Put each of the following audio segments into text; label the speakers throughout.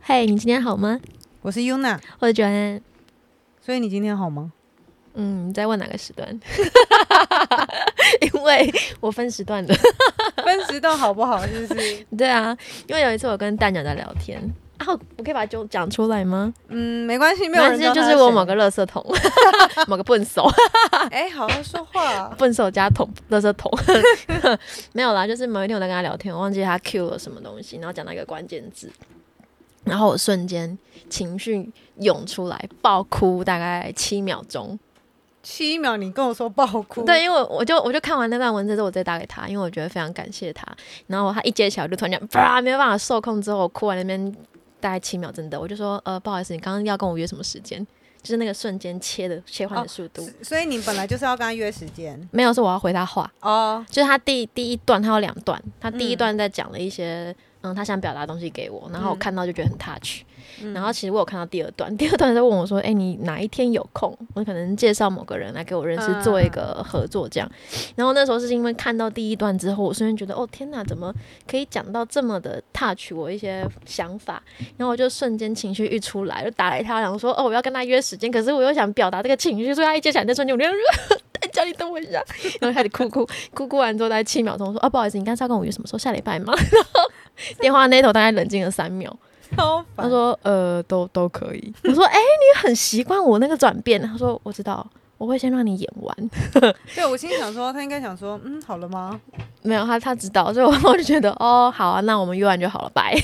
Speaker 1: 嗨，你今天好吗？
Speaker 2: 我是 Yuna，
Speaker 1: 我是 j o n
Speaker 2: 所以你今天 好吗？
Speaker 1: 嗯，你在问哪个时段？ 因为我分时段的。
Speaker 2: 分时段好不好？是不是？
Speaker 1: 对啊，因为有一次我跟蛋鸟在聊天啊，我可以把就讲出来吗？
Speaker 2: 嗯，没关系，没有人
Speaker 1: 反
Speaker 2: 知道
Speaker 1: 正就
Speaker 2: 他
Speaker 1: 是我
Speaker 2: 谁
Speaker 1: 某个垃圾桶， 某个笨手，
Speaker 2: 哎、好好说话、
Speaker 1: 笨手加桶，垃圾 桶。没有啦，就是某一天我在跟他聊天，我忘记他 cue 了什么东西，然后讲到一个关键字，然后我瞬间情绪涌出来，爆哭大概七秒钟。
Speaker 2: 七秒，你跟我说爆哭，
Speaker 1: 对，，因为我就我就看完那段文字之后，我再打给他，因为我觉得非常感谢他。然后他一接起来，我就突然讲，啪，没有办法受控，之后我哭完那边大概七秒，真的，我就说，呃，不好意思，你刚刚要跟我约什么时间？就是那个瞬间切的切换的
Speaker 2: 哦
Speaker 1: 速度，
Speaker 2: 所以你本来就是要跟他约时间
Speaker 1: 没有是我要回他话，
Speaker 2: 哦。
Speaker 1: 就是他第第一段，他有两段，他第一
Speaker 2: 嗯
Speaker 1: 段在讲了一些。嗯，他想表达的东西给我，然后我
Speaker 2: 嗯
Speaker 1: 看到就觉得很 touch、
Speaker 2: 嗯
Speaker 1: 然后其实我有看到第二段， 第二段在问我说：“哎、你哪一天有空？我可能介绍某个人来给我认识，
Speaker 2: 嗯
Speaker 1: 做一个合作这样。然后那时候是因为看到第一段之后，我瞬间觉得：“哦天哪，怎么可以讲到这么的 touch 我一些想法？”然后我就瞬间情绪一出来，就打给他，然后说：“哦，我要跟他约时间，可是我又想表达这个情绪，所以他一接起来那瞬间，我就 哎叫你等我一下，然后开始哭哭哭哭完之后，大概七秒钟，我说啊，不好意思，你刚才要跟我约什么时候？下礼拜吗？然后电话那头大概冷静了三秒，
Speaker 2: 超
Speaker 1: 他
Speaker 2: 烦。
Speaker 1: 说呃，都都可以。我说哎、你很习惯我那个转变。他说我知道，我会先让你演完。
Speaker 2: 对我心想说，他应该想说，嗯，好了 吗？
Speaker 1: 没有他，他知道，所以我我就觉得哦，好啊，那我们约完就好了，拜。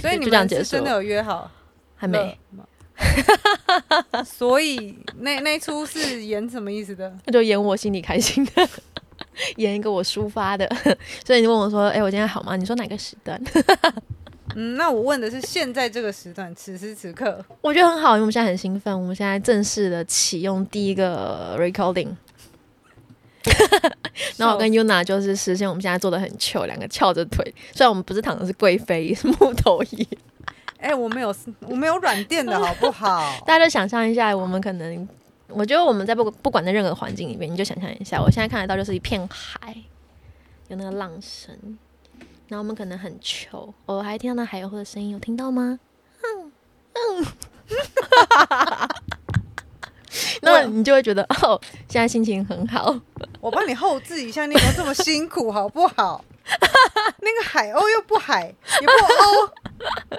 Speaker 2: 所以
Speaker 1: 就
Speaker 2: 你
Speaker 1: 就这样
Speaker 2: 们
Speaker 1: 结
Speaker 2: 是真
Speaker 1: 束
Speaker 2: 的有约好？
Speaker 1: 还没，
Speaker 2: 嗯 了。所以那那一出是演什么意思的？
Speaker 1: 那就演我心里开心的， 演一个我抒发的。 所以你问我说，哎、我今天好吗？你说哪个时段？
Speaker 2: 嗯，那我问的是现在这个时段，此时此刻。
Speaker 1: 我觉得很好，因为我们现在很兴奋，我们现在正式的启用第一个 recording。然后我跟 Yuna 就是实现我们现在做的很糗，两个翘着腿，虽然我们不是躺的是贵妃椅，是木头椅。
Speaker 2: 哎、我没有，我没有软垫的好 不好？
Speaker 1: 大家就想象一下，我们可能，我觉得我们在不不管在任何环境里面，你就想象一下，我现在看得到就是一片海，有那个浪声，然后我们可能很糗，我还听到那海鸥的声音，有听到吗？嗯嗯，那你就会觉得哦，现在心情很好。
Speaker 2: 我帮你后置一下，你有没有这么辛苦，好不 好？那个海鸥又不海，也不鸥，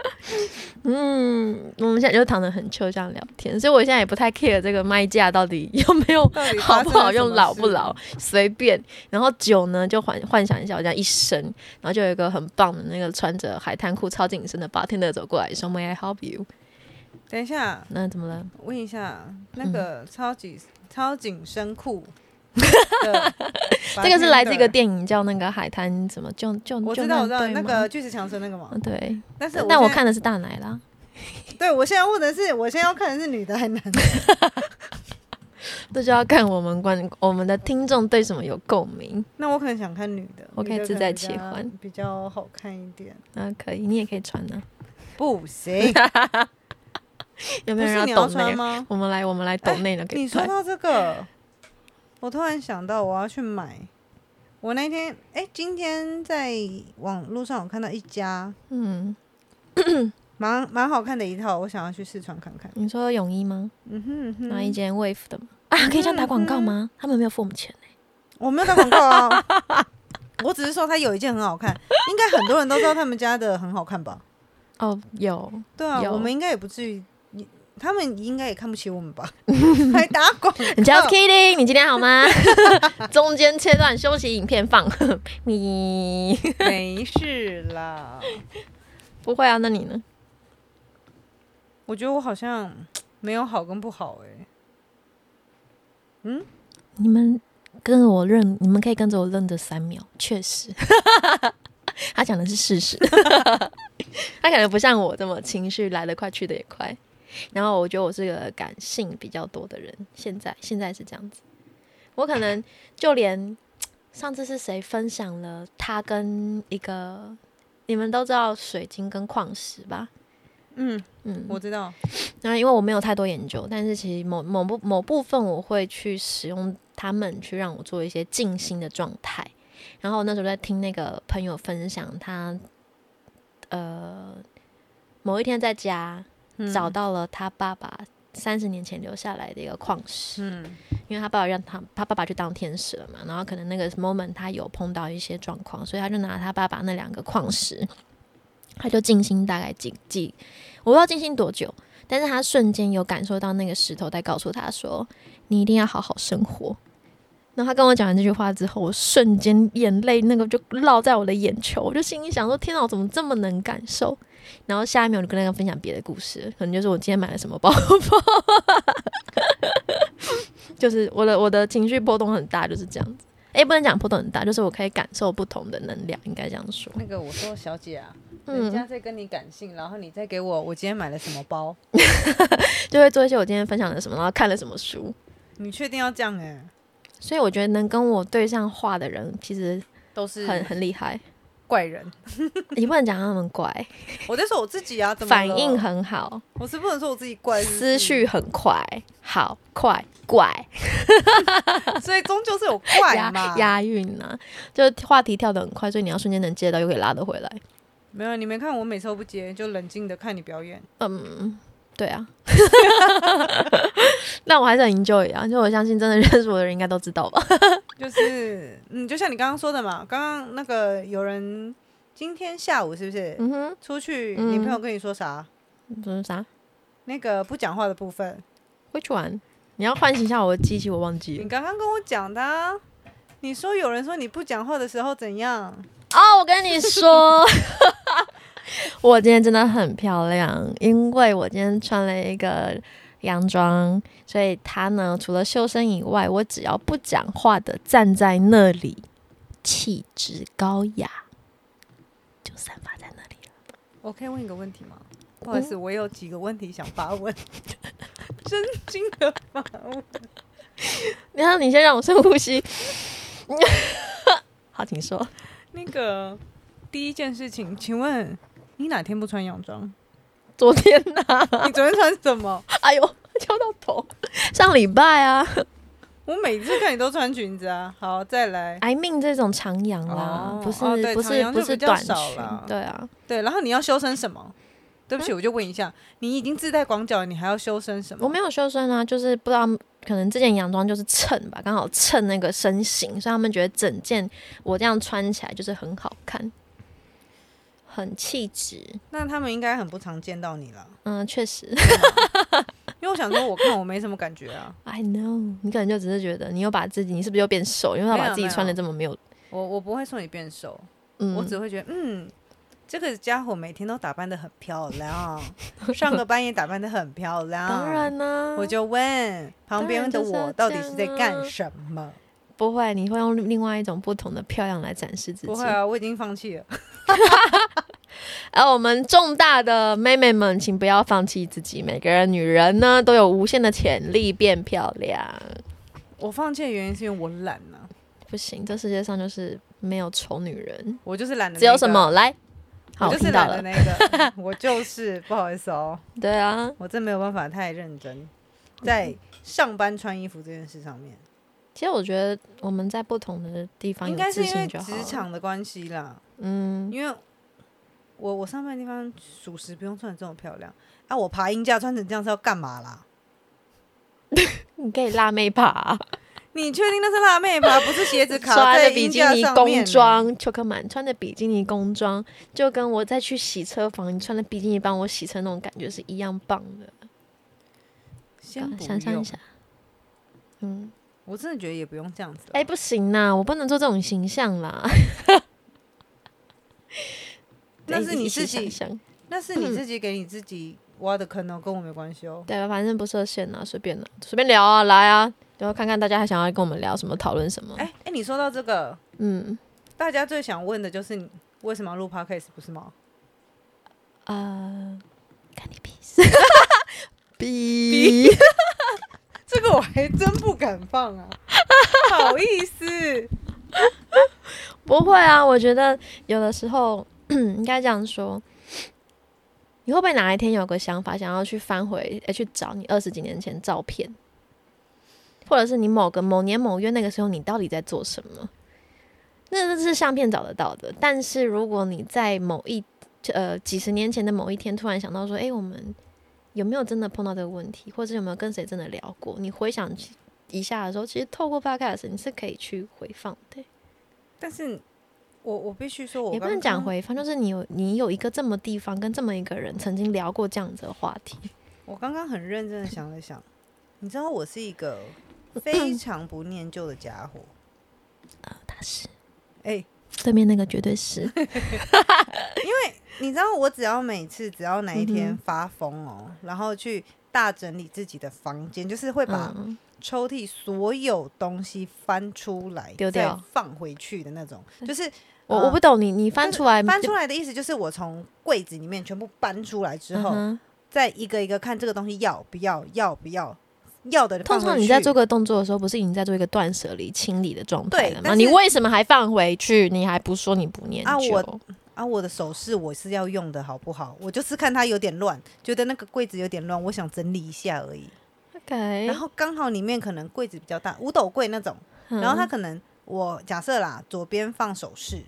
Speaker 1: 嗯，我们现在就躺得很糗，这样聊天，所以我现在也不太 care 这个麦架到底有没有
Speaker 2: 到底发
Speaker 1: 好
Speaker 2: 生
Speaker 1: 不
Speaker 2: 了
Speaker 1: 好用，
Speaker 2: 什么
Speaker 1: 老不
Speaker 2: 事
Speaker 1: 老，随便。然后酒呢，就幻幻想一下，我这样一身，然后就有一个很棒的那个穿着海滩裤超紧身的 bartender 走过来说，May I help you？
Speaker 2: 等一下，
Speaker 1: 那怎么了？
Speaker 2: 问一下那
Speaker 1: 嗯
Speaker 2: 个超级、超紧身 裤的 bartender，
Speaker 1: 这个是来自一个电影叫那个海滩什么救救
Speaker 2: 我
Speaker 1: 救
Speaker 2: 知道，
Speaker 1: 难
Speaker 2: 我知道
Speaker 1: 队
Speaker 2: 那
Speaker 1: 吗？
Speaker 2: 个巨石强森那个嘛。
Speaker 1: 嗯对，
Speaker 2: 但是我
Speaker 1: 但我
Speaker 2: 现在
Speaker 1: 看的是大奶啦。
Speaker 2: 对我现在问的是，我现在要看的是女的还是男的？
Speaker 1: 这就要看我们观我们的听众对什么有共鸣。
Speaker 2: 那我可能想看女的，
Speaker 1: 我可以
Speaker 2: 女的
Speaker 1: 自在
Speaker 2: 能比较
Speaker 1: 切换，
Speaker 2: 比较好看 一点。
Speaker 1: 那啊可以，你也可以穿啊呢、
Speaker 2: 不行，
Speaker 1: 有
Speaker 2: 不
Speaker 1: 没有人
Speaker 2: 是你要
Speaker 1: 懂那
Speaker 2: 穿
Speaker 1: 个？
Speaker 2: 吗？
Speaker 1: 啊
Speaker 2: 哎
Speaker 1: 我们来，我们来抖内了，给
Speaker 2: 你说到这个，我突然想到我要去买。我那天哎、今天在网络上有看到一家
Speaker 1: 嗯，
Speaker 2: 蛮蛮好看的一套，我想要去试穿看看。
Speaker 1: 你说泳衣吗？
Speaker 2: 嗯哼嗯
Speaker 1: 哪一
Speaker 2: 哼，
Speaker 1: 间 Wave 的吗？啊，可以这样打广告吗？他们没有付我们钱、
Speaker 2: 我没有打广告啊， 我只是说它有一件很好看，应该很多人都知道他们家的很好看吧？
Speaker 1: 哦，有，
Speaker 2: 对啊，
Speaker 1: 有
Speaker 2: 我们应该也不至于，他们应该也看不起我们 吧？还打广告，
Speaker 1: Just kidding，你今天好吗？ 中间切断休息影片放， 你
Speaker 2: 没事啦。
Speaker 1: 不会啊？那你呢？
Speaker 2: 我觉得我好像没有好跟不好哎、
Speaker 1: 你们跟我认，你们可以跟着我认这三秒，确实， 他讲的是事实， 他可能不像我这么情绪来得快去得也快。然后我觉得我是个感性比较多的人，现在现在是这样子，我可能就连上次是谁分享了他跟一个，你们都知道水晶跟矿石吧？
Speaker 2: 嗯，
Speaker 1: 嗯，
Speaker 2: 我知道。
Speaker 1: 那因为我没有太多研究，但是其实某某部某部分我会去使用它们，去让我做一些静心的状态。然后我那时候在听那个朋友分享他，呃，某一天在家
Speaker 2: 嗯
Speaker 1: 找到了他爸爸三十年前留下来的一个矿石，
Speaker 2: 嗯
Speaker 1: 因为他爸爸让他他爸爸去当天使了嘛，然后可能那个 moment 他有碰到一些状况，所以他就拿他爸爸那两个矿石，他就静心大概几几，我不知道静心多久，但是他瞬间有感受到那个石头在告诉他说，你一定要好好生活。然后他跟我讲完这句话之后，我瞬间眼泪那个就落在我的眼球，我就心里想说：天哪，我怎么这么能感受？然后下一秒我就跟大家分享别的故事，可能就是我今天买了什么包包。 就是我的我的情绪波动很大，就是这样子。哎，不能讲波动很大，就是我可以感受不同的能量，应该这样说。
Speaker 2: 那个我说小姐啊，人家
Speaker 1: 嗯，
Speaker 2: 在跟你感性，然后你再给我我今天买了什么包？
Speaker 1: 就会做一些我今天分享的什么，然后看了什么书。
Speaker 2: 你确定要这样哎、
Speaker 1: 所以我觉得能跟我对上话的人，其实
Speaker 2: 都是
Speaker 1: 很很厉害。
Speaker 2: 怪人。
Speaker 1: 你不能讲他们怪，
Speaker 2: 我在说我自己啊，怎么
Speaker 1: 反
Speaker 2: 了
Speaker 1: 应，很好，
Speaker 2: 我是不能说我自己怪，是不
Speaker 1: 思
Speaker 2: 是，
Speaker 1: 绪很快，好快怪，
Speaker 2: 所以终究是有怪
Speaker 1: 押
Speaker 2: 嘛。
Speaker 1: 押韵呐、就话题跳得很快，所以你要瞬间能接到，又可以拉得回来。
Speaker 2: 没有，你没看我每次都不接，就冷静的看你表演。
Speaker 1: 嗯，对啊， 但我还是很 enjoy 啊，就我相信真的认识我的人应该都知道吧。
Speaker 2: 就是，嗯，就像你刚刚说的嘛，刚刚那个有人今天下午是不是、
Speaker 1: 嗯哼，
Speaker 2: 出去？
Speaker 1: 嗯
Speaker 2: 你朋友跟你说啥？
Speaker 1: 这是嗯啥
Speaker 2: 那个不讲话的部分，
Speaker 1: ？Which one？你要唤醒一下我的记忆，我忘记了
Speaker 2: 你。刚刚跟我讲的、啊，你说有人说你不讲话的时候怎样？
Speaker 1: 哦，我跟你说， 我今天真的很漂亮，因为我今天穿了一个洋装，所以它呢，除了修身以外，我只要不讲话的站在那里，气质高雅就散发在那里了。
Speaker 2: 我可以问一个问题吗？
Speaker 1: 哦
Speaker 2: 不好意思，我有几个问题想发 问，真心的发问。
Speaker 1: 然后你先让我深呼吸。 好，请说。
Speaker 2: 那个第一件事 情，请问你哪天不穿洋装？
Speaker 1: 昨天呢、
Speaker 2: 你昨天穿什么？
Speaker 1: 哎呦，敲到头。上礼拜啊，
Speaker 2: 我每次看你都穿裙子啊。好，再来。
Speaker 1: I mean 这种长洋啦，
Speaker 2: 哦
Speaker 1: 不是、
Speaker 2: 哦对
Speaker 1: 不
Speaker 2: 长
Speaker 1: 是
Speaker 2: 洋就
Speaker 1: 不是
Speaker 2: 比较
Speaker 1: 短裙
Speaker 2: 少啦，
Speaker 1: 对啊。
Speaker 2: 对，然后你要修身什么？对不起，我就问一下，你已经自带广角了，你还要修身什
Speaker 1: 嗯
Speaker 2: 么？
Speaker 1: 我没有修身啊，就是不知道，可能这件洋装就是衬吧，刚好衬那个身形，所以他们觉得整件我这样穿起来就是很好看，很气质。
Speaker 2: 那他们应该很不常见到你了，
Speaker 1: 嗯，确实
Speaker 2: 因为我想说，我看我没什么感觉啊，
Speaker 1: ，I know，你可能就只是觉得你又把自己，你是不是又变瘦？因为他
Speaker 2: 没
Speaker 1: 把
Speaker 2: 有
Speaker 1: 自己
Speaker 2: 没有
Speaker 1: 穿的这么没有，
Speaker 2: 我我不会说你变瘦，
Speaker 1: 嗯，
Speaker 2: 我只会觉得，嗯，这个家伙每天都打扮的很漂亮， 上个班也打扮的很漂亮，
Speaker 1: 当然啊呢、
Speaker 2: 我就问旁边的我到底是在
Speaker 1: 啊
Speaker 2: 干什么？
Speaker 1: 不会，你会用另外一种不同的漂亮来展示自己。
Speaker 2: 不会啊，我已经放弃了。
Speaker 1: 而我们重大的妹妹们，请不要放弃自己。每个人女人呢，都有无限的潜力变漂亮。
Speaker 2: 我放弃的原因是因为我懒呐、
Speaker 1: 不行，这世界上就是没有丑女人，
Speaker 2: 我就是懒的、
Speaker 1: 只有什？么来？好，
Speaker 2: 我
Speaker 1: 我
Speaker 2: 就是
Speaker 1: 听到
Speaker 2: 懒的
Speaker 1: 了。
Speaker 2: 那个，我就是 不好意思哦，
Speaker 1: 对啊，
Speaker 2: 我真没有办法太认真，在上班穿衣服这件事上面，
Speaker 1: 其实我觉得我们在不同的地方
Speaker 2: 应
Speaker 1: 有
Speaker 2: 该
Speaker 1: 自
Speaker 2: 是因为
Speaker 1: 信就好
Speaker 2: 职
Speaker 1: 了。
Speaker 2: 场的关系啦，
Speaker 1: 嗯，
Speaker 2: 因为我我上班的地方属实不用穿的这么漂亮，啊，我爬鹰架穿成这样是要干嘛啦？
Speaker 1: 你可以辣妹吧，
Speaker 2: 你确定那是辣妹吧？不是鞋子 卡
Speaker 1: 穿
Speaker 2: 在
Speaker 1: 着比
Speaker 2: 鹰
Speaker 1: 基
Speaker 2: 架
Speaker 1: 尼
Speaker 2: 上面
Speaker 1: 工
Speaker 2: 呢？
Speaker 1: 装，邱克满穿着比基尼工装，就跟我再去洗车房，你穿着比基尼帮我洗车那种感觉是一样棒的。
Speaker 2: 先不
Speaker 1: 想象一
Speaker 2: 用，
Speaker 1: 下，嗯，
Speaker 2: 我真的觉得也不用这样子啦。
Speaker 1: 哎、不行啦，我不能做这种形象啦。
Speaker 2: 那是 你自己
Speaker 1: 一起哎嗯想象
Speaker 2: 那是你自己给你自己挖的坑哦，跟我没关系哦。
Speaker 1: 对吧？反正不设限啊，随便啦，随便聊啊，来啊，然后看看大家还想要跟我们聊什么，讨论什么。
Speaker 2: 哎、哎、你说到这个，
Speaker 1: 嗯
Speaker 2: 大家最想问的就是你为什么要录 podcast 不是吗？
Speaker 1: 呃，干你屁事！逼
Speaker 2: 这个我还真不敢放啊，好意思。
Speaker 1: 不会啊，我觉得有的时候 应该这样说。你会不会哪一天有个想法，想要去翻回，哎，去找你二十几年前照片，或者是你某个某年某月那个时候，你到底在做什么？那那是相片找得到的，但是如果你在某一呃几十年前的某一天，突然想到说，哎、我们有没有真的碰到这个问题，或者有没有跟谁真的聊过？你回想起一下的时候，其实透过 podcast 你是可以去回放的、
Speaker 2: 但是我我必须说我，
Speaker 1: 也不能讲，回放，就是你有你有一个这么地方跟这么一个人曾经聊过这样子的话题，
Speaker 2: 我刚刚很认真的想了想，你知道我是一 个非常不念旧的家伙，哦
Speaker 1: 他是
Speaker 2: 哎、
Speaker 1: 对面那个绝对 是，
Speaker 2: 你知道我只要每次只要哪一天
Speaker 1: 嗯
Speaker 2: 发疯哦，然后去大整理自己的房间，就是会把
Speaker 1: 嗯，
Speaker 2: 抽屉所有东西翻出来，
Speaker 1: 丢掉嗯
Speaker 2: 再放回去的那种。就是
Speaker 1: 我
Speaker 2: 呃
Speaker 1: 我不懂你，你翻出来
Speaker 2: 翻出来的意思，就是我从柜子里面全部搬出来之后，
Speaker 1: 嗯哼
Speaker 2: 再一个一个看这个东西要不要，要不要，要的
Speaker 1: 通
Speaker 2: 放回
Speaker 1: 常你在
Speaker 2: 去
Speaker 1: 做。个动作的时候，不是已经在做一个断舍离清理的状态
Speaker 2: 对
Speaker 1: 了吗？
Speaker 2: 但是
Speaker 1: 你为什么还放回去？你还不说你不念
Speaker 2: 啊
Speaker 1: 旧？
Speaker 2: 我啊，我的手势我是要用的好不好？我就是看它有点乱，觉得那个柜子有点乱，我想整理一下而已。
Speaker 1: OK，
Speaker 2: 然后刚好里面可能柜子比较大，五斗柜那种，
Speaker 1: 嗯
Speaker 2: 然后它可能我假设啦，左边放首饰，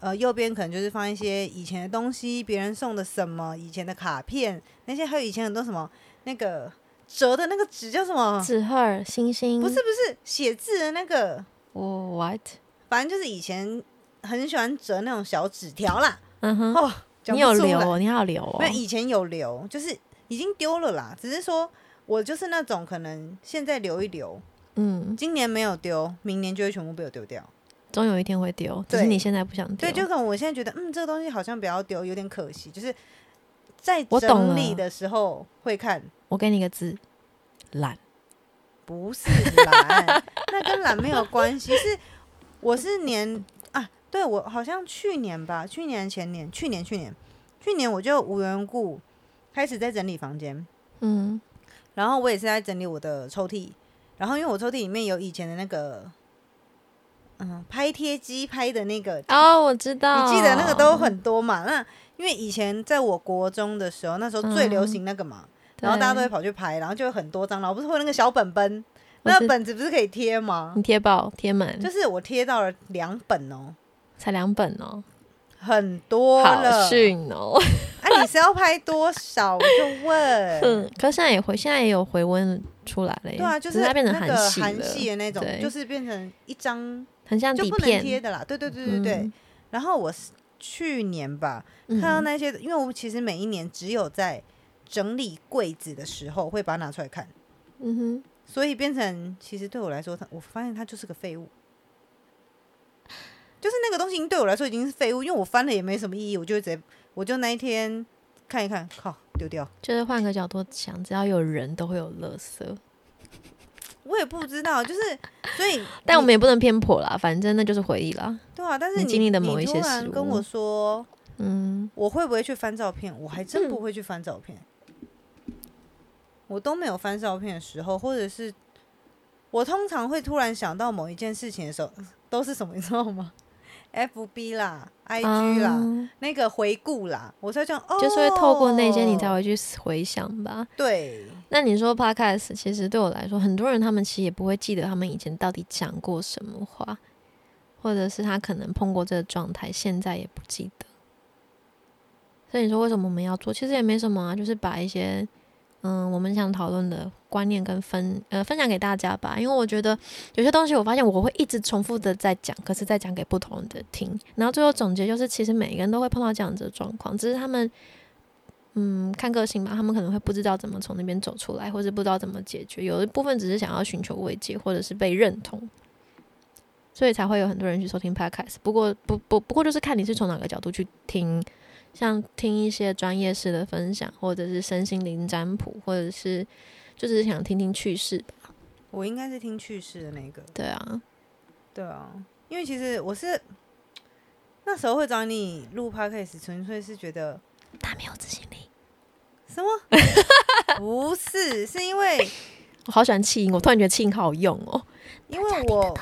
Speaker 2: 呃，右边可能就是放一些以前的东西，别人送的什么，以前的卡片那些，还有以前很多什么那个折的那个纸叫什么？
Speaker 1: 纸嗯鹤星星
Speaker 2: 不是不是写字的那个，
Speaker 1: 我 what？
Speaker 2: 反正就是以前很喜欢折那种小纸条啦。
Speaker 1: 嗯哼，
Speaker 2: 哦，讲
Speaker 1: 你
Speaker 2: 不
Speaker 1: 有
Speaker 2: 出
Speaker 1: 留
Speaker 2: 来
Speaker 1: 哦，你还有留哦
Speaker 2: 没。有，以前有留，就是已经丢了啦。只是说我就是那种可能现在留一留，
Speaker 1: 嗯，
Speaker 2: 今年没有丢，明年就会全部被我丢掉。
Speaker 1: 总有一天会丢，只
Speaker 2: 对
Speaker 1: 是你现在不想丢。
Speaker 2: 对，就可能我现在觉得，嗯，这个东西好像不要丢，有点可惜。就是在
Speaker 1: 我懂
Speaker 2: 整理
Speaker 1: 了
Speaker 2: 的时候会看，
Speaker 1: 我给你一个字，懒。
Speaker 2: 不是懒，那跟懒没有关系，是我是年啊，对我好像去年吧，去年前年，去年去年去年我就无缘无故开始在整理房间，
Speaker 1: 嗯，
Speaker 2: 然后我也是在整理我的抽屉，然后因为我抽屉里面有以前的那个，嗯，拍贴机拍的那个
Speaker 1: 哦，我知道，
Speaker 2: 你记得那个
Speaker 1: 哦
Speaker 2: 都很多嘛？那因为以前在我国中的时候，那时候最流行那个嘛，
Speaker 1: 对，
Speaker 2: 然后大家都会跑去拍，然后就有很多张，然后不是会有那个小本本，那
Speaker 1: 知
Speaker 2: 个本子不是可以贴吗
Speaker 1: 你？贴爆贴满，
Speaker 2: 就是我贴到了两本哦，
Speaker 1: 才两本哦，
Speaker 2: 很多
Speaker 1: 好
Speaker 2: 了。
Speaker 1: 逊哦。
Speaker 2: 啊，你是要拍多少？我 就问。
Speaker 1: 嗯，可是现在也回，现在也有回温出来了耶。
Speaker 2: 对啊，就
Speaker 1: 只
Speaker 2: 是
Speaker 1: 是它变成
Speaker 2: 那
Speaker 1: 韩
Speaker 2: 个
Speaker 1: 系
Speaker 2: 韩
Speaker 1: 了
Speaker 2: 系的那种，
Speaker 1: 对
Speaker 2: 就是变成一张
Speaker 1: 很像
Speaker 2: 就
Speaker 1: 底
Speaker 2: 不能贴
Speaker 1: 片。
Speaker 2: 的啦。对对对对对。
Speaker 1: 嗯
Speaker 2: 然后我是去年吧，
Speaker 1: 嗯
Speaker 2: 看到那些，因为我其实每一年只有在整理柜子的时候会把它拿出来看，
Speaker 1: 嗯哼，
Speaker 2: 所以变成其实对我来说，它我发现它就是个废物，就是那个东西已经对我来说已经是废物，因为我翻了也没什么意义，我就会直接我就那一天看一看，靠丢掉，
Speaker 1: 就是换个角度想，只要有人都会有垃圾，，
Speaker 2: 我也不知道，就是所以
Speaker 1: 但我
Speaker 2: 你
Speaker 1: 们也不能偏颇啦，反正那就是回忆啦。
Speaker 2: 对啊，但是
Speaker 1: 你
Speaker 2: 你
Speaker 1: 经历的某一些
Speaker 2: 你突然
Speaker 1: 事
Speaker 2: 跟
Speaker 1: 物
Speaker 2: 我说
Speaker 1: 嗯，
Speaker 2: 我会不会去翻照片？我还真不会去翻照片。我都没有翻照片的时候，或者是我通常会突然想到某一件事情的时候，都是什么你知道吗？FB 啦，IG 啦，
Speaker 1: 啊
Speaker 2: 那个回顾啦，我才讲哦，
Speaker 1: 就是会透过那些你才会去回想吧。
Speaker 2: 对
Speaker 1: 那你说 podcast，其实对我来说，很多人他们其实也不会记得他们以前到底讲过什么话，或者是他可能碰过这个状态，现在也不记得。所以你说为什么我们要做？其实也没什么啊，就是把一些嗯我们想讨论的观念跟分呃分享给大家吧。因为我觉得有些东西我发现我会一直重复的在讲，可是在讲给不同人的听。然后最后总结就是，其实每个人都会碰到这样子的状况，只是他们嗯，看个性吧，他们可能会不知道怎么从那边走出来，或者不知道怎么解决。有一部分只是想要寻求慰藉，或者是被认同，所以才会有很多人去收听 podcast。不过，不不不过就是看你是从哪个角度去听，像听一些专业式的分享，或者是身心灵占卜，或者是就只是想听听趣事吧。
Speaker 2: 我应该是听去世的那个，
Speaker 1: 对啊，
Speaker 2: 对啊，因为其实我是那时候会找你录 podcast，纯粹是觉得
Speaker 1: 他没有执行力，
Speaker 2: 什么？ 不是，是因为
Speaker 1: 我好喜欢气音，我突然觉得气音好好用哦。
Speaker 2: 因为我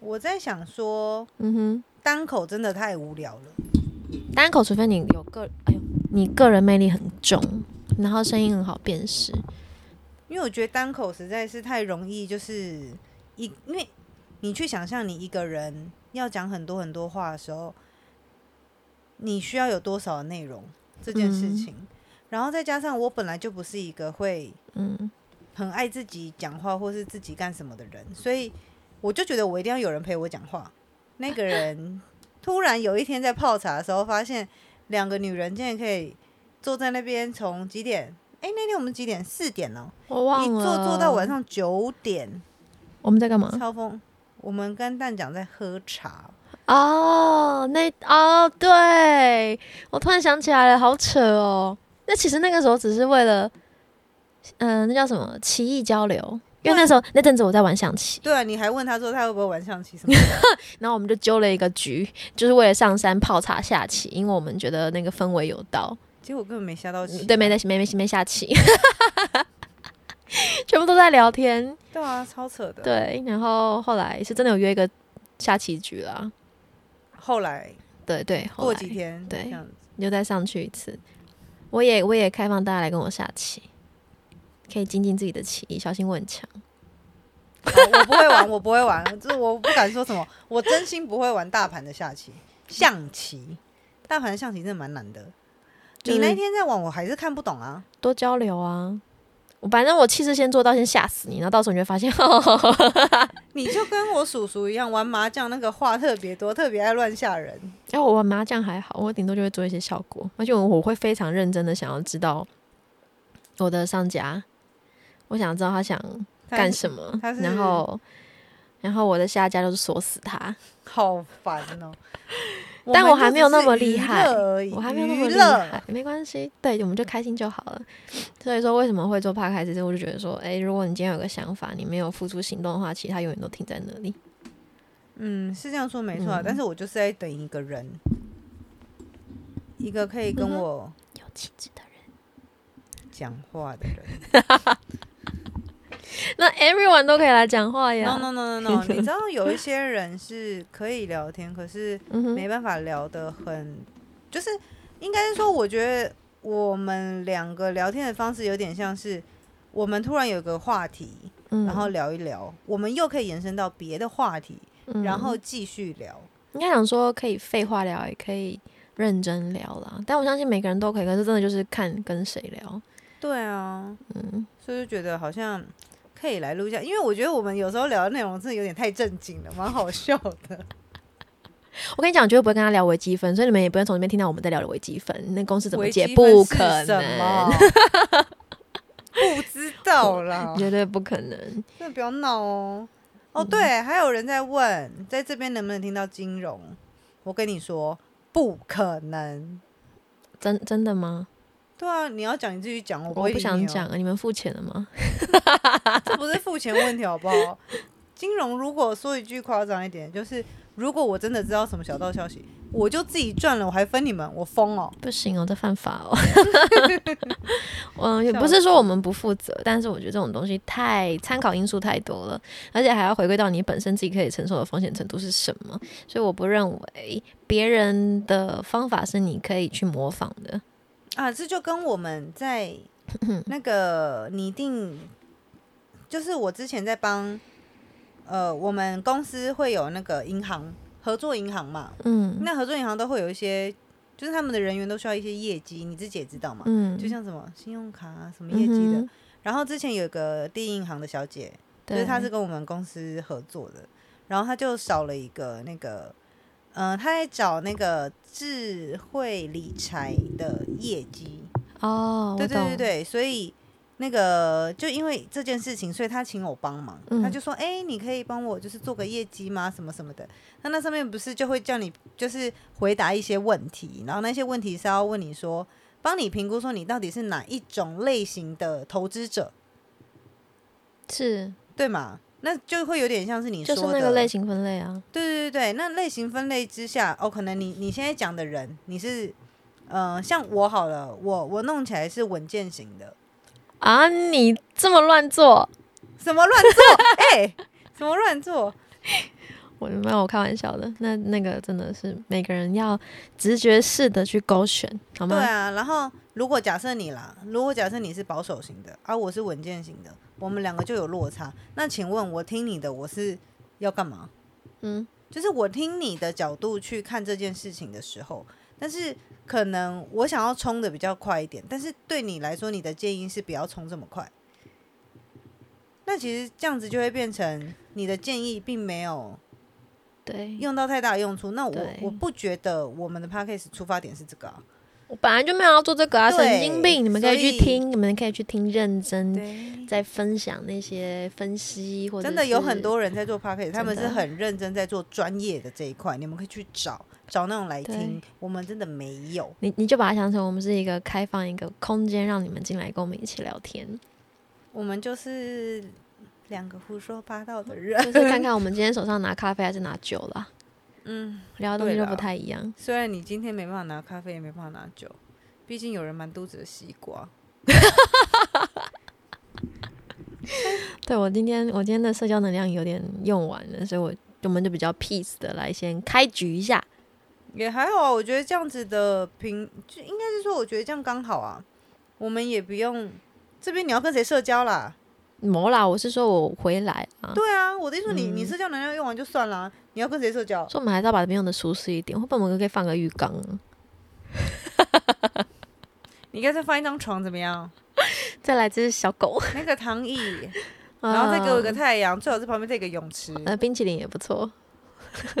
Speaker 2: 我在想说，
Speaker 1: 嗯哼。
Speaker 2: 单口真的太无聊了。
Speaker 1: 单口，除非你有个，哎呦，你个人魅力很重，然后声音很好辨识，
Speaker 2: 因为我觉得单口实在是太容易，就是一因为你去想象你一个人要讲很多很多话的时候，你需要有多少的内容？这件事
Speaker 1: 嗯
Speaker 2: 情。然后再加上我本来就不是一个会
Speaker 1: 嗯
Speaker 2: 很爱自己讲话或是自己干什么的人，所以我就觉得我一定要有人陪我讲话。那个人突然有一天在泡茶的时候，发现两个女人竟然可以坐在那边从几点？哎、那天我们几点？四点哦、
Speaker 1: 我
Speaker 2: 一
Speaker 1: 忘了。
Speaker 2: 坐坐到晚，上九点，
Speaker 1: 我们在干嘛？
Speaker 2: 超峰。我们跟蛋讲在喝茶，
Speaker 1: 哦，那哦，对我突然想起来了，好扯哦。那其实那个时候只是为了，嗯、那叫什么棋艺交流。因为那时候那阵子我在玩象棋，
Speaker 2: 对啊，你还问他说他会不会玩象 棋什么的？
Speaker 1: 然后我们就揪了一个局，就是为了上山泡茶下棋，因为我们觉得那个氛围有到。
Speaker 2: 结果根本没下到棋、
Speaker 1: 对，没在没没没下棋， 全部都在聊天。
Speaker 2: 对啊，超扯的。
Speaker 1: 对，然后后来是真的有约一个下棋局啦。
Speaker 2: 后来
Speaker 1: 对对，后
Speaker 2: 过
Speaker 1: 来
Speaker 2: 几天，
Speaker 1: 对
Speaker 2: 这样子
Speaker 1: 又再上去一次。我也我也开放大家来跟我下棋，可以精进自己的棋艺，小心我很强。
Speaker 2: 好我不会玩，我不会玩，这我不敢说什么，我真心不会玩大盘的下棋，象棋，大盘的象棋真的蛮难的。
Speaker 1: 就是
Speaker 2: 你那天在玩，我还是看不懂啊。
Speaker 1: 多交流啊！我反正我气势先做到，先吓死你，然后到时候你就会发现， 哦
Speaker 2: 你就跟我叔叔一样玩麻将，那个话特别多，特别爱乱吓人。
Speaker 1: 然后我玩麻将还好，我顶多就会做一些效果，而且我我会非常认真的想要知道我的商家，我想知道他想
Speaker 2: 但
Speaker 1: 干什么
Speaker 2: 他，是
Speaker 1: 然后然后我的下家就是锁死他。
Speaker 2: 好烦哦、
Speaker 1: 但
Speaker 2: 们
Speaker 1: 我
Speaker 2: 就
Speaker 1: 还
Speaker 2: 只
Speaker 1: 没有那
Speaker 2: 是
Speaker 1: 么
Speaker 2: 娱
Speaker 1: 厉害
Speaker 2: 乐而已
Speaker 1: 我还没有那么
Speaker 2: 娱
Speaker 1: 厉
Speaker 2: 乐
Speaker 1: 害，没关系，对，我们就开心就好了。所以说，为什么会做 p 开始，我就觉得说，哎、如果你今天有个想法，你没有付出行动的话，其实它永远都停在那里。
Speaker 2: 嗯，是这样说没错、啊，
Speaker 1: 嗯
Speaker 2: 但是我就是在等一个人，一个可以跟
Speaker 1: 嗯哼
Speaker 2: 我
Speaker 1: 有气质的人，
Speaker 2: 讲话的人。
Speaker 1: 那 everyone 都可以来讲话呀。
Speaker 2: No no no no no，你知道有一些人是可以聊天，可是
Speaker 1: 嗯哼，
Speaker 2: 没办法聊得很，就是应该是说，我觉得我们两个聊天的方式有点像是，我们突然有个话题，
Speaker 1: 嗯
Speaker 2: 然后聊一聊，我们又可以延伸到别的话题，
Speaker 1: 嗯
Speaker 2: 然后继续聊。
Speaker 1: 应该想说可以废话聊，也可以认真聊啦。但我相信每个人都可以，可是真的就是看跟谁聊。
Speaker 2: 对啊，
Speaker 1: 嗯，
Speaker 2: 所以就觉得好像可以来录一下，因为我觉得我们有时候聊的内容真的有点太正经了，蛮好笑的。
Speaker 1: 我跟你讲，我绝对不会跟他聊微积分，所以你们也不用从那边听到我们在聊微积分，那公式怎么
Speaker 2: 微
Speaker 1: 解，
Speaker 2: 积分
Speaker 1: 不
Speaker 2: 是
Speaker 1: 可
Speaker 2: 什
Speaker 1: 能
Speaker 2: 么。不知道啦，
Speaker 1: 绝对不可能。
Speaker 2: 真的不要闹哦。哦，
Speaker 1: 嗯
Speaker 2: 对，还有人在问，在这边能不能听到金融？我跟你说，不可能。
Speaker 1: 真真的吗？
Speaker 2: 对啊，你要讲你自己讲，我不
Speaker 1: 我
Speaker 2: 会
Speaker 1: 不
Speaker 2: 理你
Speaker 1: 想
Speaker 2: 哦
Speaker 1: 讲，，啊你们付钱了吗？
Speaker 2: 这不是付钱问题好不好？ 金融如果说一句夸张一点，就是如果我真的知道什么小道消息，我就自己赚了，我还分你们，我疯哦。
Speaker 1: 不行哦，这犯法 哦。嗯，也不是说我们不负责，但是我觉得这种东西太参考因素太多了，而且还要回归到你本身自己可以承受的风险程度是什么。所以我不认为别人的方法是你可以去模仿的。
Speaker 2: 啊，这就跟我们 在那个拟定，就是我之前在帮，呃，我们公司会有那个银行合作银行嘛，
Speaker 1: 嗯
Speaker 2: 那合作银行都会有一些，就是他们的人员都需要一些业绩，你自己也知道嘛，
Speaker 1: 嗯，
Speaker 2: 就像什么信用卡啊，什么业绩的。
Speaker 1: 嗯哼，
Speaker 2: 然后之前有个第一银行的小姐，就
Speaker 1: 对，
Speaker 2: 是她是跟我们公司合作的，然后她就少了一个那个，嗯，她在找那个智慧理财的业绩，
Speaker 1: 哦，我
Speaker 2: 对对对
Speaker 1: 懂，
Speaker 2: 对，所以那个就因为这件事情，所以他请我帮忙，
Speaker 1: 嗯
Speaker 2: 他就说：“哎、你可以帮我就是做个业绩吗？什么什么的。”那那上面不是就会叫你就是回答一些问题，然后那些问题是要问你说，帮你评估说你到底是哪一种类型的投资者，
Speaker 1: 是
Speaker 2: 对吗？那就会有点像是你
Speaker 1: 就
Speaker 2: 说
Speaker 1: 是
Speaker 2: 的，
Speaker 1: 那个类型分类啊。
Speaker 2: 对对对对，那类型分类之下，哦，可能你你现在讲的人，你是呃，像我好了，我我弄起来是稳健型的。
Speaker 1: 啊，你这么乱做，
Speaker 2: 什么乱做？ 哎、什么乱做？
Speaker 1: 我没有我开玩笑的，那那个真的是每个人要直觉式的去勾选，好
Speaker 2: 对
Speaker 1: 吗？
Speaker 2: 啊，然后如果假设你啦，如果假设你是保守型的，而、我是稳健型的，我们两个就有落差。那请问，我听你的，我是要干嘛？
Speaker 1: 嗯，
Speaker 2: 就是我听你的角度去看这件事情的时候，但是可能我想要冲的比较快一点，但是对你来说，你的建议是不要冲这么快。那其实这样子就会变成你的建议并没有
Speaker 1: 对，
Speaker 2: 用到太大的用处。那我
Speaker 1: 对
Speaker 2: 我不觉得我们的 p a c a s e 出发点是这个、啊。
Speaker 1: 我本来就没有要做这个啊，
Speaker 2: 对
Speaker 1: 神经病！你们可以去
Speaker 2: 所以
Speaker 1: 听，你们可以去听，认真
Speaker 2: 对，
Speaker 1: 在分享那些分析，或者
Speaker 2: 真的有
Speaker 1: 是
Speaker 2: 很多人在做 p a c a s e 他们
Speaker 1: 真
Speaker 2: 是
Speaker 1: 的
Speaker 2: 很认真在做专业的这一块，你们可以去找找那种来听
Speaker 1: 对。
Speaker 2: 我们真的没有，
Speaker 1: 你你就把它想成我们是一个开放一个空间，让你们进来跟我们一起聊天，
Speaker 2: 我们就是两个胡说八道的
Speaker 1: 就
Speaker 2: 人。
Speaker 1: 是看看我们今天手上拿咖啡还是拿酒啦，
Speaker 2: 嗯，
Speaker 1: 聊的东西
Speaker 2: 对
Speaker 1: 都
Speaker 2: 啦
Speaker 1: 不太一样。
Speaker 2: 虽然你今天没办法拿咖啡，也没办法拿酒，毕竟有人满肚子的西瓜。
Speaker 1: 对我今天我今天的社交能量有点用完了，所以我我们就比较 peace 的来先开局一下。
Speaker 2: 也还好啊，我觉得这样子的平，就应该是说，我觉得这样刚好啊。我们也不用这边你要跟谁社交啦，
Speaker 1: 没啦，我是说我回来啊，
Speaker 2: 对啊，我的意思说你、
Speaker 1: 嗯
Speaker 2: 你社交能量用完就算啦，你要跟谁社交？
Speaker 1: 所以我们还是要把这边用的舒适一点，会不会我们可以放个浴缸啊？
Speaker 2: 你干脆放一张床怎么样？
Speaker 1: 再来这只小 狗，
Speaker 2: 那个躺椅，然后再给我一
Speaker 1: 嗯
Speaker 2: 个太阳，最好是旁边再一个泳池。
Speaker 1: 呃，啊冰淇淋也不错。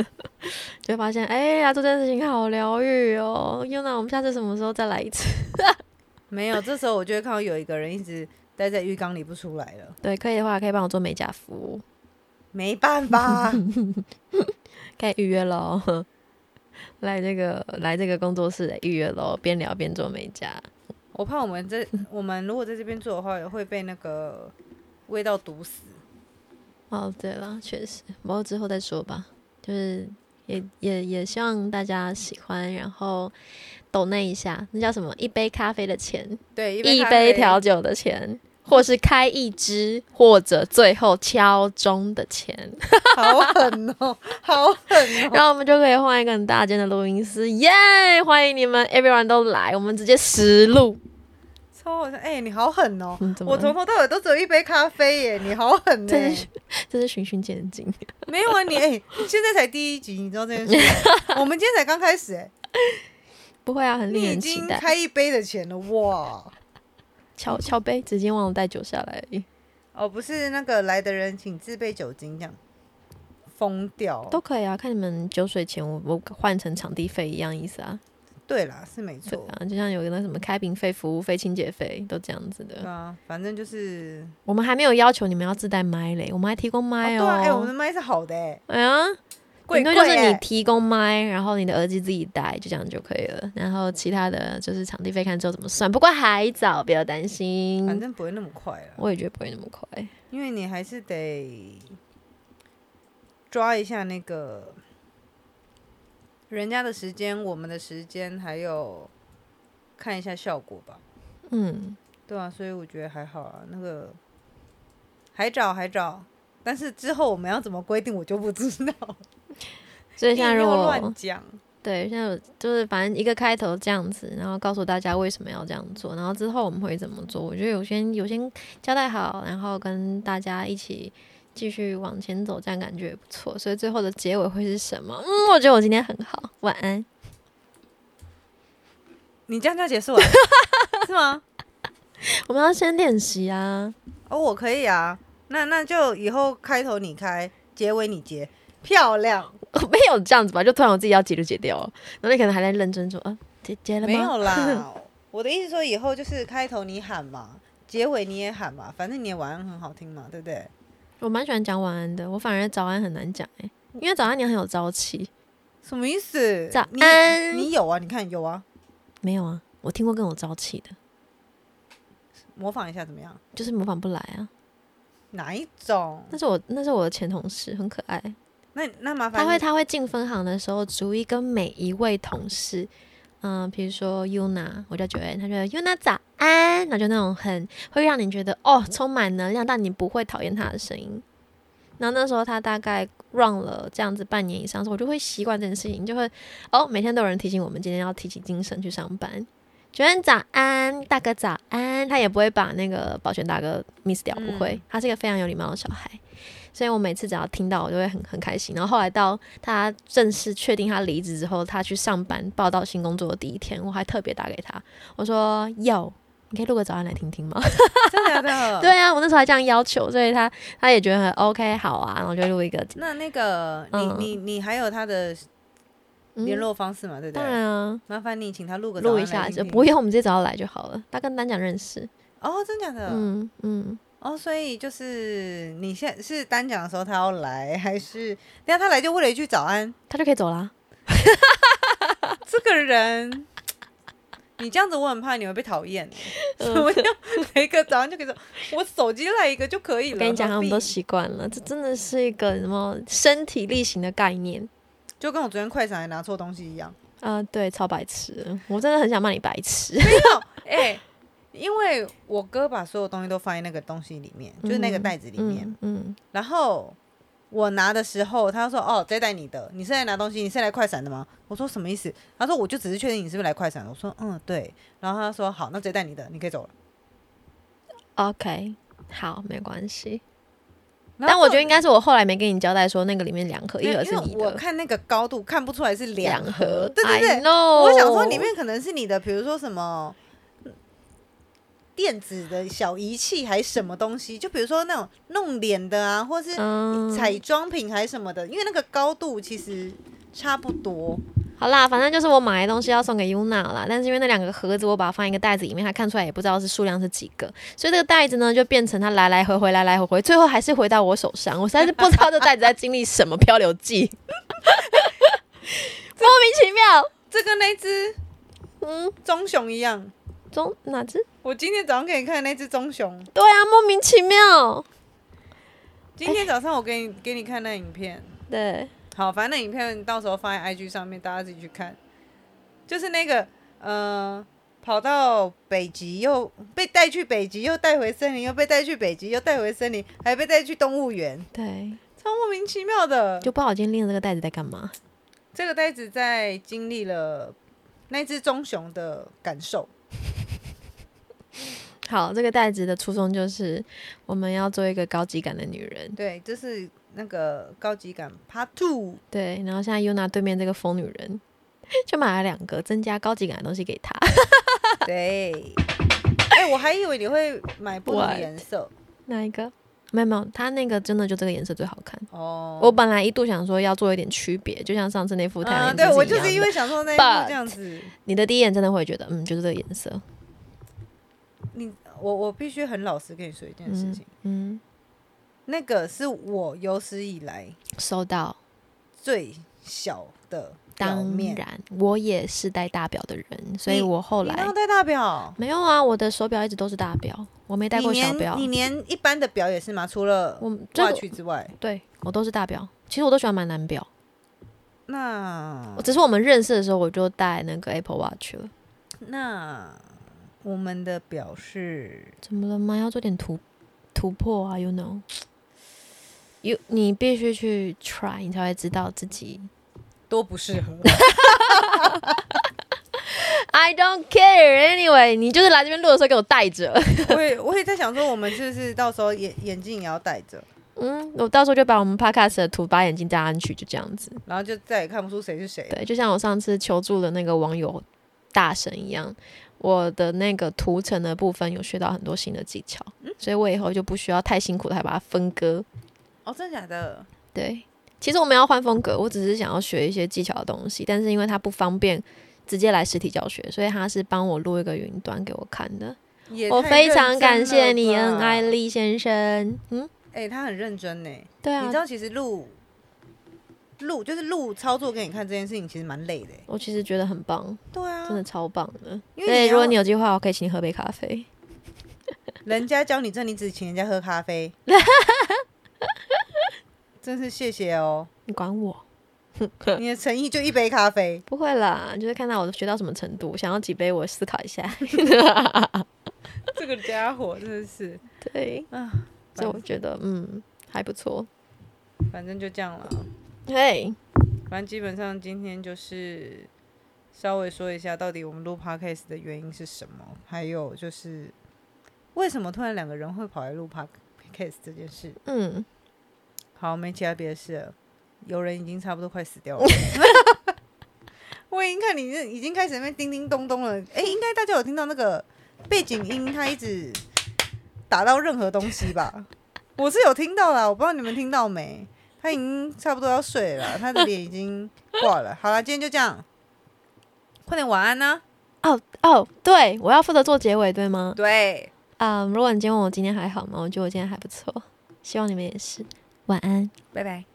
Speaker 1: 就会发现，哎、呀，做这件事情好疗愈哦。又那我们下次什么时候再来一次？
Speaker 2: 没有，这时候我就会看到有一个人一直待在浴缸里不出来了，
Speaker 1: 对，可以的话可以帮我做美甲服务，
Speaker 2: 没 办法，
Speaker 1: 可以预约喽。 来这个来这个工作室预约喽，边聊边做美甲。
Speaker 2: 我怕我们这我们如果在这边做的话，会被那个味道毒死。
Speaker 1: 哦，对了，确实，不过之后再说吧。就是也也也希望大家喜欢，然后抖那一下，那叫什么？一杯咖啡的钱，
Speaker 2: 对，
Speaker 1: 一
Speaker 2: 咖
Speaker 1: 杯
Speaker 2: 啡
Speaker 1: 调酒的钱，或是开一支，或者最后敲钟的 钱，
Speaker 2: 好狠哦，好狠哦！
Speaker 1: 然后我们就可以换一个很大间的录音室，耶！欢迎你们，everyone 都来，我们直接实录。
Speaker 2: 超好笑，哎、你好狠哦！
Speaker 1: 嗯，怎么
Speaker 2: 我
Speaker 1: 了？
Speaker 2: 从头到尾都只有一杯咖啡耶，你好狠呢！
Speaker 1: 这是这是循序渐进，
Speaker 2: 没有啊，你哎、现在才第一集，你知道这件事 吗？我们今天才刚开始哎，
Speaker 1: 不会啊，很
Speaker 2: 你
Speaker 1: 令
Speaker 2: 已
Speaker 1: 人期
Speaker 2: 经
Speaker 1: 待。
Speaker 2: 开一杯的钱了哇！
Speaker 1: 敲敲杯，直接忘了带酒下来而已，
Speaker 2: 哦，不是那个来的人，请自备酒精，这样疯掉哦。
Speaker 1: 都可以啊。看你们酒水钱，我我换成场地费一样意思啊。
Speaker 2: 对啦，是没
Speaker 1: 对
Speaker 2: 错。
Speaker 1: 啊，就像有个那什么开瓶费、服务费、清洁费，都这样子
Speaker 2: 对
Speaker 1: 的。
Speaker 2: 啊，反正就是，
Speaker 1: 我们还没有要求你们要自带麦嘞，我们还提供
Speaker 2: 哦
Speaker 1: 麦
Speaker 2: 对
Speaker 1: 哦。
Speaker 2: 啊，哎、我们的麦是好的哎，
Speaker 1: 哎呀，
Speaker 2: 贵
Speaker 1: 顶多
Speaker 2: 贵
Speaker 1: 就是
Speaker 2: 哎
Speaker 1: 你提供麦，然后你的耳机自己带，就这样就可以了。然后其他的就是场地费看之后怎么算，不过还早，不要担
Speaker 2: 反
Speaker 1: 心。
Speaker 2: 正不会那么快了。
Speaker 1: 我也觉得不会那么快。
Speaker 2: 因为你还是得抓一下那个人家的时间、我们的时间，还有看一下效果吧。
Speaker 1: 嗯，
Speaker 2: 对啊，所以我觉得还好啊，那个还早还早，但是之后我们要怎么规定，我就不 知道。
Speaker 1: 所以现在
Speaker 2: 你
Speaker 1: 如
Speaker 2: 不要
Speaker 1: 果
Speaker 2: 乱讲，
Speaker 1: 对现在有就是反正一个开头这样子，然后告诉大家为什么要这样做，然后之后我们会怎么做。我觉得有先有先交代好，然后跟大家一起。继续往前走，这样感觉也不错。所以最后的结尾会是什么？嗯，我觉得我今天很好，晚安。
Speaker 2: 你这样就要结束了， 是吗？
Speaker 1: 我们要先练习啊。
Speaker 2: 哦，我可以啊，那那就以后开头你开，结尾你结，漂亮。
Speaker 1: 哦没有这样子吧？就突然我自己要解就解掉了，然后你可能还在认真说，啊，解解了吗？
Speaker 2: 没有啦，我的意思说以后就是开头你喊嘛，结尾你也喊嘛，反正你也晚安很好听嘛，对不对？
Speaker 1: 我蛮喜欢讲晚安的，我反而早安很难讲哎、因为早安你很有朝气。
Speaker 2: 什么意思？
Speaker 1: 早
Speaker 2: 你
Speaker 1: 安
Speaker 2: 你有啊？你看有啊，
Speaker 1: 没有啊，我听过更有朝气的，
Speaker 2: 模仿一下怎么样？
Speaker 1: 就是模仿不来啊。
Speaker 2: 哪一种？
Speaker 1: 那是我那是我的前同事，很可爱。
Speaker 2: 那那麻烦
Speaker 1: 他会
Speaker 2: 你
Speaker 1: 他会进分行的时候，逐一跟每一位同事。嗯，比如说 Yuna，我叫九 N，他觉得 Yuna 早安，那就那种很会让你觉得哦充满能量，但你不会讨厌他的声音。然后那时候他大概 run 了这样子半年以上的时候，我就会习惯这件事情，就会哦每天都有人提醒我们今天要提起精神去上班。九 N 早安，大哥早安，他也不会把那个保全大哥 miss 掉，不会，他是一个非常有礼貌的小孩。所以我每次只要听到，我就会很很开心。然后后来到他正式确定他离职之后，他去上班报道新工作的第一天，我还特别打给他，我说：“哟，你可以录个早安来听听吗？”
Speaker 2: 真的假的？
Speaker 1: 对。啊，我那时候还这样要求，所以他他也觉得很 OK 好啊，然后就录一个。
Speaker 2: 那那个你
Speaker 1: 嗯
Speaker 2: 你你还有他的
Speaker 1: 嗯
Speaker 2: 联络方式嘛？对不
Speaker 1: 当
Speaker 2: 对？
Speaker 1: 然啊，
Speaker 2: 麻烦你请他录个
Speaker 1: 录
Speaker 2: 早
Speaker 1: 一
Speaker 2: 安来
Speaker 1: 下
Speaker 2: 听
Speaker 1: 就
Speaker 2: 听
Speaker 1: 不用，我们直接找他来就好了。他跟丹讲认识，
Speaker 2: 哦，真假的？
Speaker 1: 嗯嗯，
Speaker 2: 哦，所以就是你现在是单讲的时候他要来，还是等一下他来就为了一句早安？
Speaker 1: 他就可以走 啦。
Speaker 2: 这个人，你这样子我很怕你会被讨厌欸。
Speaker 1: 嗯
Speaker 2: 我要来一个早安就可以说，我手机来一个就可以了。
Speaker 1: 我跟你讲，他
Speaker 2: 何
Speaker 1: 们
Speaker 2: 必
Speaker 1: 都习惯了，这真的是一个什么身体力行的概念。
Speaker 2: 就跟我昨天快闪还拿错东西 一样。
Speaker 1: 啊、对，超白痴的，我真的很想骂你白痴。
Speaker 2: 哎、因为我哥把所有东西都放在那个东西里面， 就是那个袋子里面。
Speaker 1: 嗯嗯，
Speaker 2: 然后我拿的时候，他就说：“哦，这袋你的，你是来拿东西，你是来快闪的吗？”我说：“什么意思？”他说：“我就只是确定你是不是来快闪的。”我说：“嗯，对。”然后他说：“好，那这袋你的，你可以走了。
Speaker 1: OK，好，没关系。”
Speaker 2: 然后
Speaker 1: 但我觉得应该是我后来没跟你交代说那那个里面两盒，
Speaker 2: 没
Speaker 1: 一
Speaker 2: 有
Speaker 1: 盒
Speaker 2: 因
Speaker 1: 是
Speaker 2: 为
Speaker 1: 你
Speaker 2: 我
Speaker 1: 的，
Speaker 2: 看那个高度看不出来是两盒，
Speaker 1: 盒。
Speaker 2: 对对对
Speaker 1: I know
Speaker 2: 我想说里面可能是你的，比如说什么嗯电子的小仪器还是什么东西，就比如说那种弄脸的啊，或是
Speaker 1: 嗯
Speaker 2: 彩妆品还是什么的，因为那个高度其实差不多。
Speaker 1: 好啦，反正就是我买的东西要送给 Yuna 啦，但是因为那两个盒子我把它放一个袋子里面，它看出来也不知道是数量是几个，所以这个袋子呢就变成它来来回回，来来回回，最后还是回到我手上。我实在是不知道这袋子在经历什么漂流记，莫名其妙。
Speaker 2: 这跟那只
Speaker 1: 嗯，
Speaker 2: 棕熊一样，
Speaker 1: 中哪只？
Speaker 2: 我今天早上给你看的那只棕熊，
Speaker 1: 对啊，莫名其妙。
Speaker 2: 今
Speaker 1: 哎
Speaker 2: 天早上我给你、给你看那影片，
Speaker 1: 对，
Speaker 2: 好，反正那影片到时候放在 IG 上面，大家自己去看。就是那个呃，跑到北极又被带去北极，又带回森林，又被带去北极，又带回森林，还被带去动物园，
Speaker 1: 对，
Speaker 2: 超莫名其妙的。
Speaker 1: 就不知道我今天拎着这个袋子在干嘛。
Speaker 2: 这个袋子在经历了那只棕熊的感受，
Speaker 1: 好，这个袋子的初衷就是我们要做一个高级感的女人。
Speaker 2: 对，这是那个高级感 Part Two。
Speaker 1: 对，然后现在 Yuna 对面这个疯女人就买了两个增加高级感的东西给她。
Speaker 2: 对，哎、我还以为你会买不同的
Speaker 1: What？
Speaker 2: 颜色
Speaker 1: 哪一个？没有没有，她那个真的就这个颜色最好看。
Speaker 2: 哦。
Speaker 1: 我本来一度想说要做一点区别，就像上次那副太阳、
Speaker 2: 嗯，对我就是因
Speaker 1: 为
Speaker 2: 为想说那一
Speaker 1: But-
Speaker 2: 幕这样子。
Speaker 1: 你的第一眼真的会觉得，嗯，就是这个颜色，
Speaker 2: 你我我必须很老实跟你说一件事情，
Speaker 1: 嗯，
Speaker 2: 那个是我有史以来
Speaker 1: 收到。
Speaker 2: 最小的表
Speaker 1: 当
Speaker 2: 面，
Speaker 1: 然，我也是戴大表的人，所以
Speaker 2: 你
Speaker 1: 我后
Speaker 2: 你没
Speaker 1: 来
Speaker 2: 有戴大表，
Speaker 1: 没有啊，我的手表一直都是大表，我没戴
Speaker 2: 你
Speaker 1: 过小表
Speaker 2: 连你。连一般的表也是吗？除了
Speaker 1: 我
Speaker 2: 挂
Speaker 1: 这
Speaker 2: 曲之外，
Speaker 1: 对我都是大表，其实我都喜欢买男表。
Speaker 2: 那
Speaker 1: 只是我们认识的时候，我就带那个 Apple Watch 了。
Speaker 2: 那我们的表是
Speaker 1: 怎么了吗？要做点突突破啊，You know。You 你必须去 try，你才会知道自己。
Speaker 2: 多不适合。
Speaker 1: I don't care anyway，你就是来这边录的时候给我带着。
Speaker 2: 我也我也在想说，我们是不是到时候眼眼镜也要戴着，
Speaker 1: 嗯，我到时候就把我们 podcast 的图把眼睛加上去，就这样子。
Speaker 2: 然后就再也看不出谁是谁。
Speaker 1: 对，就像我上次求助的那个网友大神一样，我的那个图层的部分有学到很多新的技巧，所以我以后就不需要太辛苦的还把它分割。
Speaker 2: 哦，真的假的？
Speaker 1: 对，其实我们要换风格，我只是想要学一些技巧的东西，但是因为它不方便直接来实体教学，所以他是帮我录一个云端给我看的。
Speaker 2: 也
Speaker 1: 我
Speaker 2: 太
Speaker 1: 非
Speaker 2: 认
Speaker 1: 常
Speaker 2: 真
Speaker 1: 感谢
Speaker 2: 了
Speaker 1: 你，
Speaker 2: 吧
Speaker 1: 恩爱丽先生。嗯，
Speaker 2: 哎、他很认真呢、
Speaker 1: 对啊
Speaker 2: 你知，道其实录录就是录操作给你看这件事情，其实蛮累的、欸。
Speaker 1: 我其实觉得很棒，
Speaker 2: 对啊，
Speaker 1: 真的超棒的。
Speaker 2: 因
Speaker 1: 所以
Speaker 2: 为
Speaker 1: 如果你
Speaker 2: 要
Speaker 1: 有计划，我可以请你喝杯咖啡。
Speaker 2: 人家教你这，你只请人家喝 咖啡，真是谢谢哦。
Speaker 1: 你管我？
Speaker 2: 你的诚意就一杯咖啡，
Speaker 1: 不会啦，就是看到我学到什么程度，想要几杯，我思考一下。
Speaker 2: 这个家伙真的是
Speaker 1: 对，
Speaker 2: 啊，
Speaker 1: 所以我觉得嗯还不错。
Speaker 2: 反正就这样了。
Speaker 1: 嘿，
Speaker 2: 反正基本上今天就是稍微说一下，到底我们录 podcast 的原因是什么，还有就是为什么突然两个人会跑来录 podcast 这件事。
Speaker 1: 嗯，
Speaker 2: 好，没其他别的事了。有人已经差不多快死 掉了。我已经看你这已经开始在那边叮叮咚咚了。哎、应该大家有听到那个背景音，它一直打到任何东西吧？我是有听到啦，我不知道你们听到没。他已经差不多要睡了，他的脸已经挂了。好了，今天就这样，快点晚安啊呢、
Speaker 1: 哦哦，对，我要负责做结尾，对吗？
Speaker 2: 对，
Speaker 1: 嗯，如果你今天问我今天还好吗？我觉得我今天还不错，希望你们也是。晚安。
Speaker 2: 拜拜。